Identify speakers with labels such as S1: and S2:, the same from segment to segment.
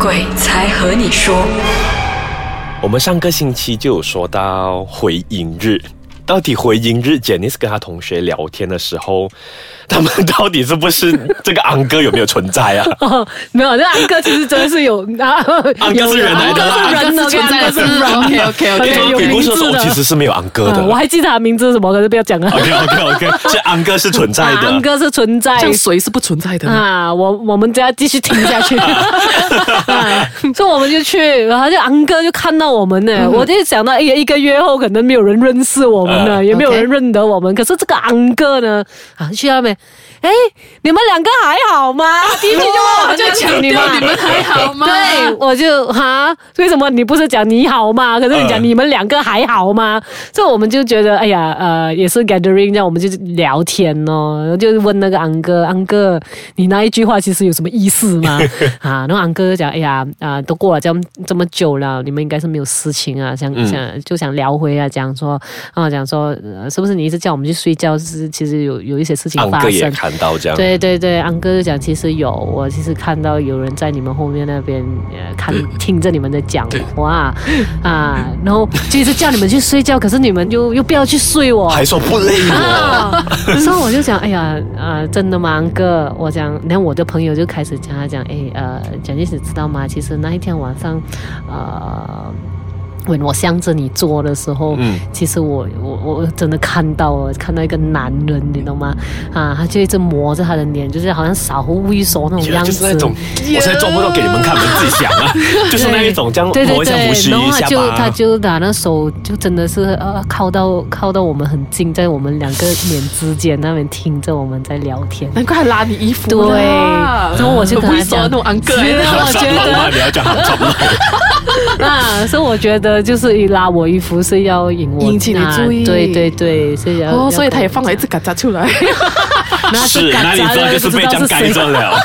S1: 对才和你说。
S2: 我们上个星期就有说到回音日，到底回音日 j e n n i c e 跟她同学聊天的时候，他们到底是不是这个昂哥有没有存在啊？
S3: 哦，没有，这安哥其实真的是有啊，
S2: 安哥
S3: 有
S2: 是人来的啦
S3: 安哥是人的，
S4: 安哥是存在的
S3: 安哥是人
S4: OK，OK，OK
S3: 对
S2: 因为
S3: 有
S2: 鬼故
S3: 名
S2: 事的时
S3: 字
S2: 候
S3: 的。
S2: 其实是没有昂哥的
S3: 嗯我。还记得他名字是什么，可是不要讲了。
S2: OK OK OK，是昂哥是存在的。
S3: 安哥是存在
S4: 这样谁是不存在的呢？
S3: 啊，我我们就要继续听下去，啊所以我们就去，然后就昂哥就看到我们呢，
S4: 嗯
S3: 我就想到一哎一个月后可能没有人认识我们了，
S2: 嗯
S3: 也没有
S4: OK
S3: 人认得我们，可是这个昂哥呢，啊去那边，哎，你们两个还好吗？第一句就问我就抢你
S4: 你
S3: 们
S4: 们。还好吗？
S3: 对，我就哈，为什么你不是讲你好吗？可是你讲
S2: 嗯
S3: 你们两个还好吗？所以我们就觉得，哎呀，呃，也是 gathering 这样，我们就聊天哦，就是问那个安哥，安哥，你那一句话其实有什么意思 吗？啊，然后安哥就讲，哎呀，啊、都过了这样这么久了，你们应该是没有事情啊，
S2: 嗯
S3: 想想就想聊回啊，讲说啊，讲说、呃是不是你一直叫我们去睡觉，是其实有有一些事情
S2: 昂
S3: 发
S2: 哥也
S3: 生。
S2: 看到这样，
S3: 对对对，安哥就讲，其实有，我其实看到有人在你们后面那边，呃，看听着你们的讲话啊，然后就一直叫你们去睡觉，可是你们又又不要去睡我。
S2: 还说不累我。
S3: 啊，所以我就想，哎呀，啊、真的吗，安哥？我讲，然后我的朋友就开始讲，他讲，哎，呃，蒋介石知道吗？其实那一天晚上，呃。when 我向着你做的时候，
S2: 嗯
S3: 其实我我我我真的看到了，看到一个男人，你懂吗？
S2: 嗯
S3: 啊，他就一直磨着他的脸，就是好像傻乎猥琐那种
S2: 原
S3: 样
S2: 来
S3: 子，
S2: 就是那种，我现在做不到给你们看，你们自己想 啊，就是那一种这样
S3: 对对
S2: 摸一下啊胡须
S3: 对，然后
S2: 一
S3: 他
S2: 下
S3: 就他
S2: 吧。
S3: 就拿那手就真的是呃靠到靠到我们很近，在我们两个脸之间那边听着我们在聊天。
S4: 难怪还拉你衣服
S3: 对，
S4: 啦
S3: 然后我就跟他
S4: 很猥琐
S3: 讲，
S4: 那种昂哥
S3: 其实我觉得
S2: 你要讲好脏 了，
S3: 啊，所以我觉得就是拉我衣服是要引我
S4: 引起你注意
S3: 啊对对对，是要
S4: 哦，所以他也放了一只嘎扎出来，
S3: 那
S2: 是，
S3: 是
S2: 那
S3: 嘎
S2: 你
S3: 扎
S2: 知道就是被这样改
S3: 谁
S2: 造了，
S3: 啊，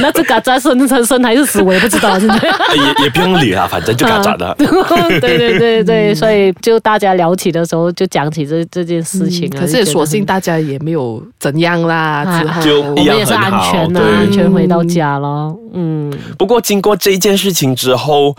S3: 那只嘎扎生生生还是死我也不知道，现在。
S2: 也也不用理啦，反正就改造了
S3: 啊。 对对对对，所以就大家聊起的时候，就讲起这这件事情啊。
S4: 嗯可是也
S3: 就觉得
S4: 索性
S3: 很
S4: 大家也没有怎样啦，
S3: 啊
S4: 之后
S2: 就
S3: 我
S2: 一
S3: 们
S2: 样
S3: 也是
S2: 很
S3: 安
S2: 好
S3: 全呐、
S2: 对
S3: 安全回到家咯。嗯，
S2: 不过经过这一件事情之后。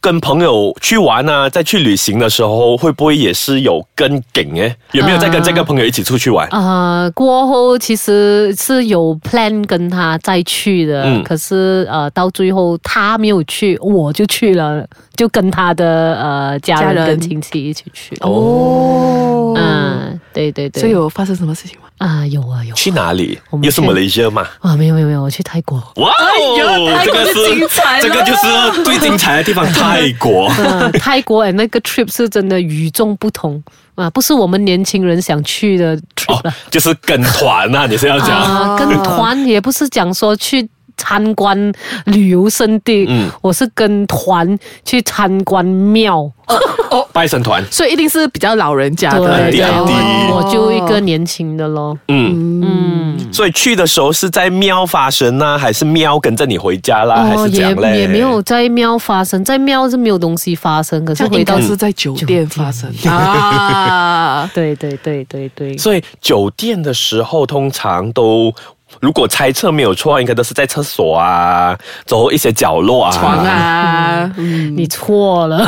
S2: 跟朋友去玩啊，再去旅行的时候，会不会也是有跟梗哎？有没有
S3: 嗯
S2: 再跟这个朋友一起出去玩？
S3: 呃，过后其实是有 plan 跟他再去的，
S2: 嗯
S3: 可是呃，到最后他没有去，我就去了，就跟他的呃家
S4: 家
S3: 人
S4: 人
S3: 跟亲戚一起去。
S4: 哦，
S3: 嗯，对对对，
S4: 所以有发生什么事情吗？
S3: 啊，有啊有啊
S2: 去哪里
S3: 我？们
S2: 又是
S3: 去哎
S2: 马来西亚嘛？
S3: 啊，没有没有没有，我去泰国。
S2: 哇哦，这个
S4: 太精彩了
S2: 这个就是最精彩的地方，泰 国。
S3: 嗯，泰国哎，那个 trip 是真的与众不同啊，不是我们年轻人想去的 trip
S2: 哦
S3: 了。，
S2: 就是跟团呐、啊，你是要讲、
S3: 啊，跟团也不是讲说去参观旅游胜地，
S2: 嗯
S3: 我是跟团去参观庙。
S2: 拜神团？
S4: 所以一定是比较老人家的，
S2: 啊对对
S4: 哦
S2: 对
S3: 我就一个年轻的咯。
S2: 嗯，
S3: 嗯，
S2: 所以去的时候是在庙发生呢、还是庙跟着你回家啦，啊还是怎
S3: 哦也
S2: 样嘞？
S3: 也没有在庙发生，在庙是没有东西发生，可是
S4: 这样
S3: 回
S4: 应
S3: 到
S4: 该是在酒
S3: 酒店。
S4: 店发生啊
S3: 对对对对对，
S2: 所以酒店的时候通常都。如果猜测没有错，应该都是在厕所啊，走一些角落啊，
S4: 床啊，嗯，
S3: 你错了。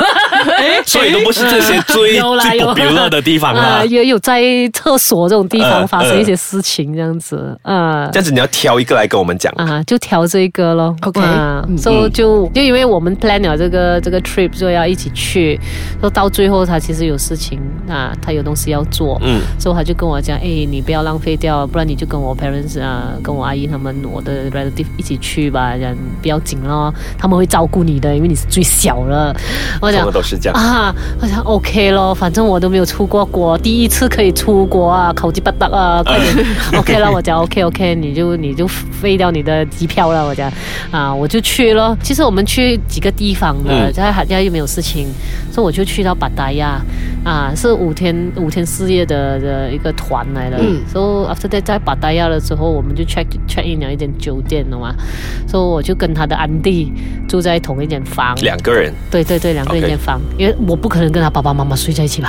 S2: 所以都不是这些最
S3: 有啦
S2: 最
S3: 有
S2: 不
S3: 啦
S2: 比乐的地方啊
S3: 啊，。也有在厕所这种地
S2: 呃
S3: 方发生一些事情，这样子，啊
S2: 这样子你要挑一个来跟我们讲。
S3: 啊，就调这个咯。
S4: OK，
S3: 啊
S4: 嗯，
S3: 所、以、就就因为我们 plan 了这个这个 trip，就要一起去，说到最后他其实有事情啊，他有东西要做，
S2: 嗯，
S3: 所以他就跟我讲，哎，你不要浪费掉，不然你就跟我 parents 啊，跟我阿姨他们，我的 relative 一起去吧，这样不要紧咯，他们会照顾你的，因为你是最小了。我
S2: 通
S3: 讲
S2: 常都是这样。
S3: 啊，我想 OK 咯，反正我都没有出过国，第一次可以出国啊，口鸡巴得啊，快点 OK 了，我讲 OK OK，你就你就废掉你的机票了，我讲啊，我就去咯。其实我们去几个地方了，
S2: 嗯
S3: 在海家又没有事情，所以我就去到巴达亚啊，是五天五天四夜的的一个团来的。
S4: 嗯
S3: So after that 在巴达亚的时候，我们就就 check check in 了一间酒店了嘛，所以我就跟他的安弟住在同一间房，
S2: 两个人，
S3: 对对对，两个人一
S2: OK
S3: 间房因为我不可能跟他爸爸妈妈睡在一起吧。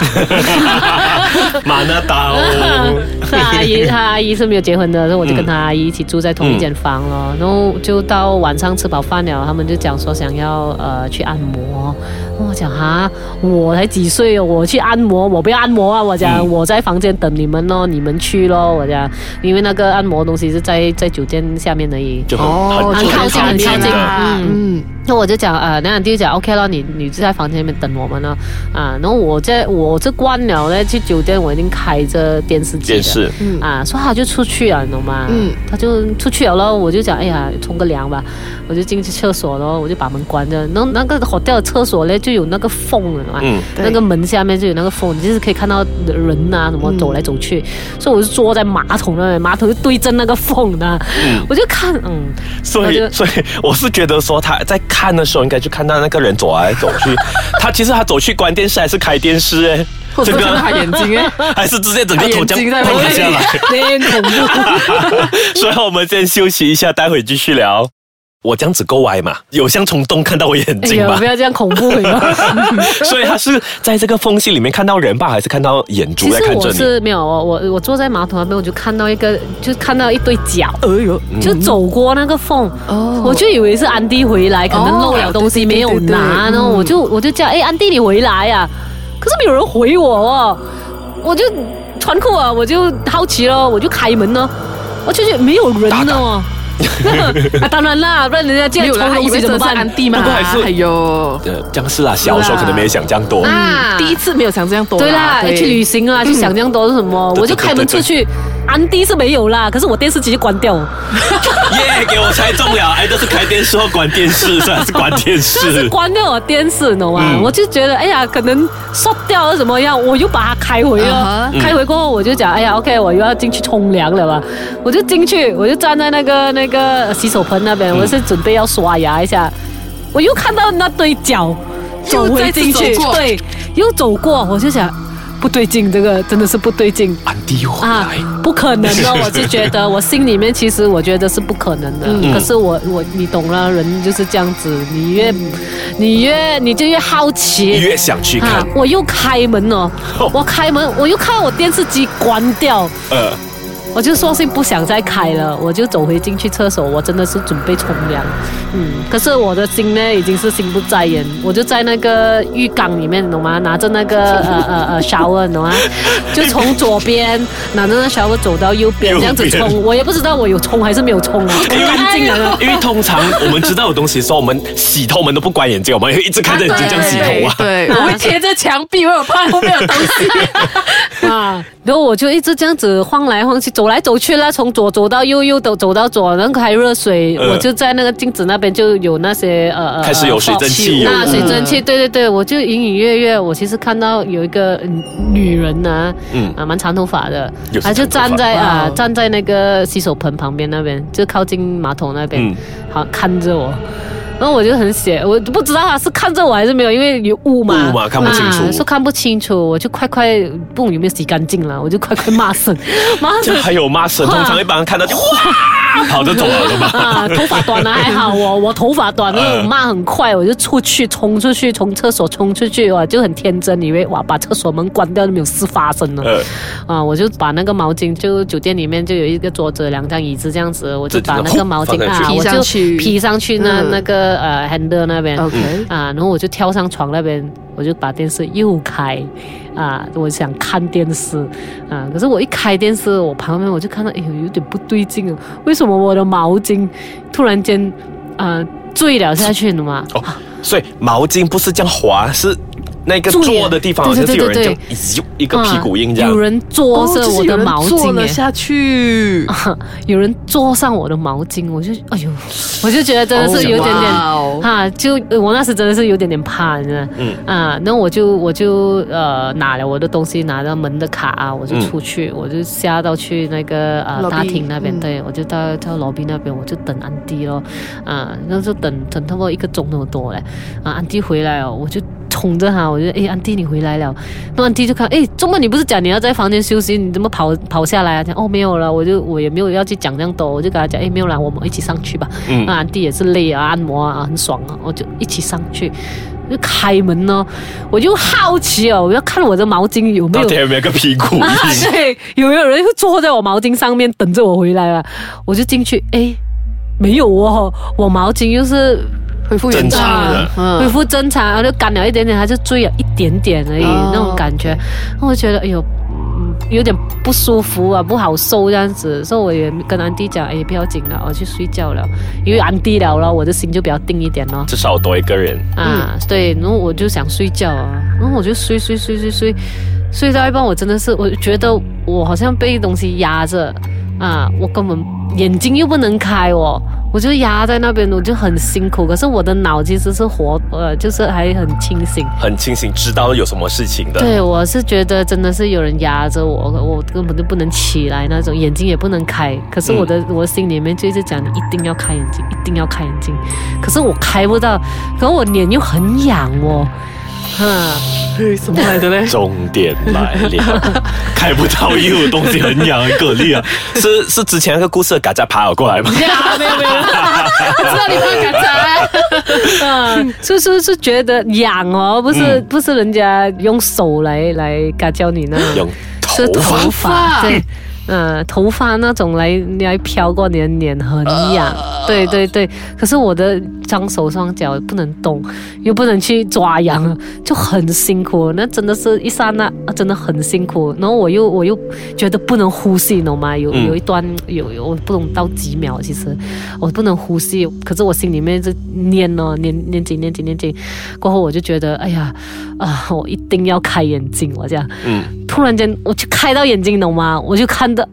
S2: 马那刀，哦
S3: 他啊阿姨，他阿姨是没有结婚的，所以我就跟他阿姨一起住在同一间房
S2: 嗯
S3: 咯。然后就到晚上吃饱饭了，他们就讲说想要呃去按摩。我讲哈，我才几岁哦，我去按摩，我不要按摩啊！我讲、
S2: 嗯
S3: 我在房间等你们咯，你们去咯。我讲，因为那个按摩东西是在在酒店下面而已。
S2: 就很哦很
S3: 很
S2: 就
S3: 靠近
S2: 很
S3: 哦很靠近
S4: 啊
S3: 嗯
S4: 嗯，
S3: 那我就讲呃，那你就讲 OK 了，你你就在房间里面等我们了啊。然后我在我这关了呢，去酒店我已经开着电视机了
S2: 电。视，
S4: 嗯
S3: 啊，说好就出去了，你懂吗？
S4: 嗯
S3: 他就出去了咯，我就讲，哎呀，冲个凉吧，我就进去厕所咯，我就把门关着。然后那个 hotel 的厕所呢，就有那个缝，你懂吗？
S2: 嗯，
S4: 对
S3: 那个门下面就有那个缝，你就是可以看到人呐、什么
S4: 嗯
S3: 走来走去，所以我就坐在马桶那里，马桶就对正那个缝的，
S2: 嗯
S3: 我就看，嗯，
S2: 所
S3: 那
S2: 以
S3: 就
S2: 所以我是觉得说他在看的时候，应该就看到那个人走来走 去，他其实他走去关电视还是开电视哎，
S4: 或者
S2: 这
S4: 看到
S2: 个
S4: 他眼睛哎，
S2: 还是直接整个头这样
S4: 他眼睛在旁
S2: 碰
S4: 边
S2: 下 来。
S3: 那恐怖。
S2: 所以我们先休息一下，待会继续聊。我这样子够歪嘛？有像虫洞看到我眼
S3: 哎
S2: 睛
S3: 呀，
S2: 吧
S3: 不？要这样恐怖！你知道吗
S2: 所以他是在这个缝隙里面看到人吧，还是看到眼珠
S3: 其
S2: 在
S3: 实
S2: 看着
S3: 我
S2: 你？
S3: 是没有，我我我坐在马桶那边，我就看到一个，就看到一堆脚，
S4: 哎呦，
S2: 嗯
S3: 就走过那个缝。
S4: 哦
S3: 我就以为是安迪回来，可能
S4: 哦
S3: 漏了东西没有
S4: 对对对
S3: 拿，
S4: 对
S3: 然后
S4: 嗯
S3: 我就我就叫，哎，安迪你回来呀、可是没有人回我哦，我就穿裤啊，我就好奇咯，我就开门呢，我就觉得没有人
S2: 大胆
S3: 呢。 啊，当然啦，不然人家进
S4: 没
S3: 来
S4: 有
S3: 偷
S4: 啦，他
S3: 东
S4: 以
S3: 西
S4: 为
S3: 怎
S4: 真
S3: 么
S4: 的是
S3: 办？
S4: 安迪嘛，
S2: 那不还是
S4: 哎呦，
S2: 呃，这样是啦，小时候可能没想这样多。
S3: 啊
S4: 第一次没有想这样多啦，
S3: 对啦，去旅行啊，去想这样多是什么？
S2: 对
S3: 我就
S2: 对对
S3: 开门
S2: 对
S3: 出
S2: 对
S3: 去，安迪是没有啦，可是我电视机就关掉了。
S2: 耶，给我猜中了！哎，这是开电视或关电视，虽然是关电
S3: 就是
S2: 视。
S3: 关掉我电视，你懂吗？
S2: 嗯
S3: 我就觉得，哎呀，可能摔掉了怎么样，我又把它开回了。
S4: 嗯哼
S3: 开回过后，我就讲，哎呀，OK，我又要进去冲凉了吧？我就进去，我就站在那个那个洗手盆那边，我是准备要刷牙一下，我又看到那堆脚走
S4: 又
S3: 回
S4: 再次
S3: 进去，
S4: 走过
S3: 对，又走过，我就想，不对劲，这个真的是不对劲。
S2: 安迪回
S3: 啊
S2: 来，，
S3: 不可能的，我就觉得，我心里面其实我觉得是不可能的。可是我我你懂了，人就是这样子，你越、你越你就越好奇
S2: 越想去
S3: 啊
S2: 看。！
S3: 我又开门哦，我开门，我又看到我电视机关掉，
S2: 呃，
S3: 我就索性不想再开了，我就走回进去厕所，我真的是准备冲凉，嗯，可是我的心呢已经是心不在焉，我就在那个浴缸里面，你懂吗？拿着那个呃呃呃 shower，你懂吗？就从左边拿着那 shower 走到右边，
S2: 右
S3: 这
S2: 边
S3: 样子冲，我也不知道我有冲还是没有冲啊，
S2: 因为
S3: 干净啊。
S2: 因为通常我们知道有东西的时候，我们洗头我们都不关眼睛，我们会一直看着眼睛这样洗头啊。
S4: 对，我 会贴着墙壁，我有怕后面有东 西。
S3: 啊，然后我就一直这样子晃来晃去，走来走去啦，从左走到右，右走走到左，然后还热水，
S2: 呃
S3: 我就在那个镜子那边就有那些呃呃，
S2: 开始有水蒸气
S3: 那
S2: 有
S3: 水蒸气，对对对，我就隐隐约约，我其实看到有一个嗯女人呢、
S2: 嗯
S3: 啊，蛮长头发的
S2: 有，
S3: 她就
S2: 长头发
S3: 站在啊、
S4: 哇哦
S3: 站在那个洗手盆旁边那边，就靠近马桶那边，
S2: 嗯
S3: 好看着我。然后我就很写，我不知道他是看着我还是没有，因为有雾嘛，
S2: 雾嘛看不清楚
S3: 啊说看不清楚，我就快快不懂有没有洗干净了，我就快快 骂声，骂
S2: 这
S3: 声
S2: 还有骂声，通常一般人看到就哇，跑就走了的 嘛。
S3: 啊，头发短了还好我，我头发短，那
S2: 嗯
S3: 我骂很快，我就出去冲出去，从厕所冲出去，哇，就很天真，以为哇把厕所门关掉都没有事发生 了。
S2: 呃，
S3: 啊，我就把那个毛巾，就酒店里面就有一个桌子、两张椅子这样子，我就
S2: 自己
S3: 把
S2: 的
S3: 那个毛
S2: 放
S3: 巾
S2: 上去
S3: 啊，
S4: 披
S3: 我就
S4: 上去
S3: 披上去那、
S4: 嗯
S3: 那个呃 handle 那边。
S2: 嗯
S4: OK，
S3: 啊，然后我就跳上床那边，我就把电视又开，啊，我想看电视，啊，可是我一开电视，我旁边我就看到，哎呦，有点不对劲哦，为什么我的毛巾突然间，呃，坠了下去了嘛？
S2: 哦，所以毛巾不是这样滑，是那个
S3: 坐
S2: 坐的地方好像是有
S3: 对
S2: 人
S3: 对对
S2: 这
S3: 对
S2: 样一一个屁股印这
S3: 啊
S2: 样
S3: 有。人捉着我的毛
S4: 坐
S3: 巾、
S4: 了
S3: 诶
S4: 下去，
S3: 有人坐上我的毛巾，我就哎呦，我就觉得真的是有点点。
S4: 哇哦
S3: 啊，就呃我那时真的是有点点怕，你知道吗？
S2: 嗯
S3: 啊，那我就我就呃拿了我的东西，拿到门的卡啊，我就出去，我就下到去那个呃
S4: Lobby，
S3: 大厅那边，
S4: 嗯
S3: 对我就到到罗宾那边，我就等安迪咯，啊，那就等等差不多一个钟头多嘞，啊，安迪回来哦，我就。哄着她，我就哎，安迪你回来了，那安迪就看哎，周末你不是讲你要在房间休息，你怎么跑跑下来啊？讲哦没有了，我就我也没有要去讲这样多，我就跟她讲哎没有啦，我们一起上去吧。
S2: 嗯
S3: 那安迪也是累啊，按摩啊很爽啊，我就一起上去。就开门呢，我就好奇哦，我要看我的毛巾有没
S2: 到
S3: 有
S2: 底有没有个屁股
S3: 啊，
S2: 印？
S3: 对，有没有人会坐在我毛巾上面等着我回来啊？我就进去，哎，没有哦，我毛巾就是
S4: 恢复原
S2: 正
S4: 状
S3: 常
S2: 的
S3: 啊恢
S4: 嗯，
S3: 复正常，然后就干了一点点，它就醉啊了一点点而已，
S4: 哦
S3: 那种感觉，那我觉得哎呦。嗯有点不舒服啊，不好受这样子，所以我也跟安迪讲，哎，不要紧了，我去睡觉了，因为安迪了了，我的心就比较定一点咯。
S2: 至少多一个人。
S3: 啊，对，然后我就想睡觉啊，然后我就睡睡睡睡睡，睡到一半我真的是，我觉得我好像被东西压着啊，我根本眼睛又不能开哦，我就压在那边，我就很辛苦。可是我的脑其实是活，呃，就是还很清醒。
S2: 很清醒，知道有什么事情的。
S3: 对，我是觉得真的是有人压着我，我根本就不能起来那种，眼睛也不能开。可是我的、我心里面就一直讲，你一定要开眼睛，一定要开眼睛。可是我开不到，可我脸又很痒哦，哼。
S4: 哎什么来的嘞？
S2: 重点来 了，开不到又有东西很痒很给力啊！是是之前那个故事的嘎扎爬了过来 吗？
S3: 呀，没有 没有，
S4: 我知道你怕感才，
S3: 嗯， 就是是觉得痒哦，不是、不是人家用手来来嘎教你那种，
S2: 用头
S3: 是
S2: 发
S3: 头
S4: 发
S3: 发，对，呃，头发那种来来飘过你的脸很痒，
S2: 呃
S3: 对对对。可是我的双手双脚不能动，又不能去抓痒了，就很辛苦。那真的是一刹那，啊真的很辛苦。然后我又我又觉得不能呼吸，你懂吗？有
S2: 嗯
S3: 有一段有有我不懂到几秒，其实我不能呼吸，可是我心里面就念哦，念念经念经念经。过后我就觉得，哎呀啊，我一定要开眼睛，我这样。
S2: 嗯，
S3: 突然间我就开到眼睛，懂吗？我就看到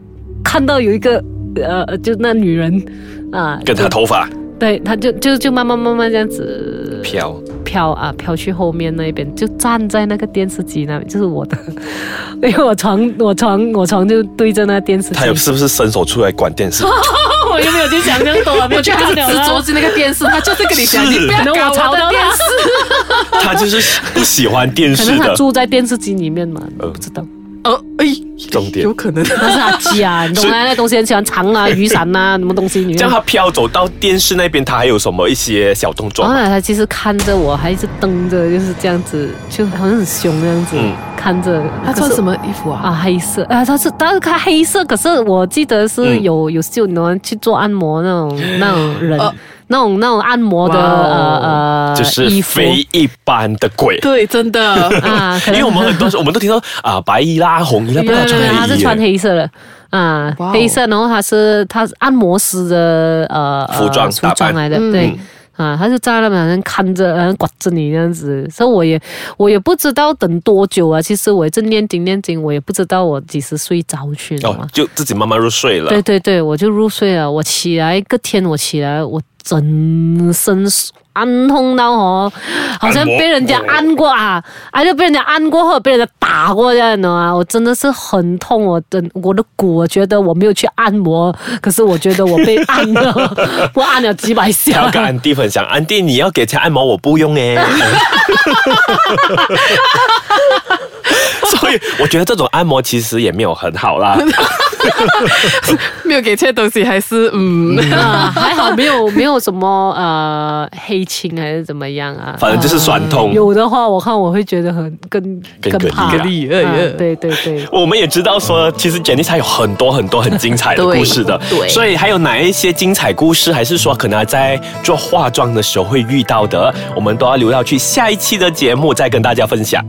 S3: 看到有一个呃，就那女人啊，
S2: 跟他
S3: 就
S2: 头发
S3: 对，她就就就慢慢慢慢这样子
S2: 飘，
S3: 飘啊飘去后面那一边，就站在那个电视机那边，就是我的， 因为我床我床我床就对着那电视机
S2: 他，有是不是伸手出来管电视？
S3: 我又没有去想象多，没有
S4: 我
S3: 去
S4: 觉得他
S3: 看
S4: 是
S3: 了
S4: 执着
S3: 啦。
S4: 于那个电视，他就是跟你讲，
S2: 是
S4: 你不
S3: 可
S4: 要
S3: 能我
S4: 搞
S3: 吵
S4: 我的
S3: 到
S4: 电视。
S3: 他，
S2: 他 就是不喜欢电
S3: 可
S2: 视
S3: 能他
S2: 的。
S3: 住在电视机里面嘛，
S2: 呃
S3: 不知道。
S4: 呃，哎，
S2: 重点
S4: 有可能。
S3: 那是他家，啊你懂吗？那东西很喜欢 藏啊、雨伞啊，什么东西里面。
S2: 这样他飘走到电视那边，他还有什么一些小动作
S3: 然后
S2: 吗？
S3: 哦他其实看着我，还一直瞪着，就是这样子，就好像很凶那样子、
S2: 嗯
S3: 看着。
S4: 他
S3: 可是
S4: 穿什么衣服啊？
S3: 啊？黑色啊，他是他是看黑色，可是我记得是
S2: 嗯
S3: 有、有秀能去做按摩那种那种人，
S4: 呃
S3: 那种那种按摩的、
S4: 哇哦
S3: 呃呃
S2: 就是
S3: 衣服
S2: 非一般的鬼。
S4: 对，真的。
S3: 啊，可
S2: 因
S3: 能
S2: 为我们很多时候我们都听到啊白衣啦红衣啦，不
S3: 没有
S2: 要
S3: 没有
S2: 穿
S3: 没有，他
S2: 黑
S3: 是
S2: 衣
S3: 穿
S2: 耶。
S3: 黑色的啊
S4: 哇哦，
S3: 黑色，然后他是他是按摩师的呃呃
S2: 服装
S3: 服
S2: 打扮
S3: 装来的，
S4: 嗯
S3: 对。啊，他就站在那边，好像看着，好像管着你这样子，所以我也我也不知道等多久啊。其实我一直念经念经，我也不知道我几时睡着去，你懂吗
S2: 哦，？就自己慢慢入睡了
S3: 对。对对，我就入睡了。我起来，隔天我起来，我整身按痛到哦，好像
S2: 按摩
S3: 被人家按过啊，啊就被人家按过或者被人家打过这样的啊，我真的是很痛，我的我的骨，我觉得我没有去按摩，可是我觉得我被按了，我按了几百
S2: 他
S3: 下
S2: 要。跟安迪分享，安迪你要给钱按摩，我不用 哎。所以我觉得这种按摩其实也没有很好 啦，
S4: 没有给这些东西，还是嗯，
S3: 啊，还好没有没有什么呃黑青还是怎么样啊？
S2: 反正就是酸痛。
S3: 有的话，我看我会觉得很更
S2: 更
S3: 更
S2: 更
S3: 怕，
S2: 厉害
S4: 厉
S3: 啊对对对。
S2: 我们也知道说，其实 Jenny 她有很多很多很精彩的故事的，
S4: 对对
S2: 所以还有哪一些精彩故事，还是说可能在做化妆的时候会遇到的，我们都要留到去下一期的节目再跟大家分享。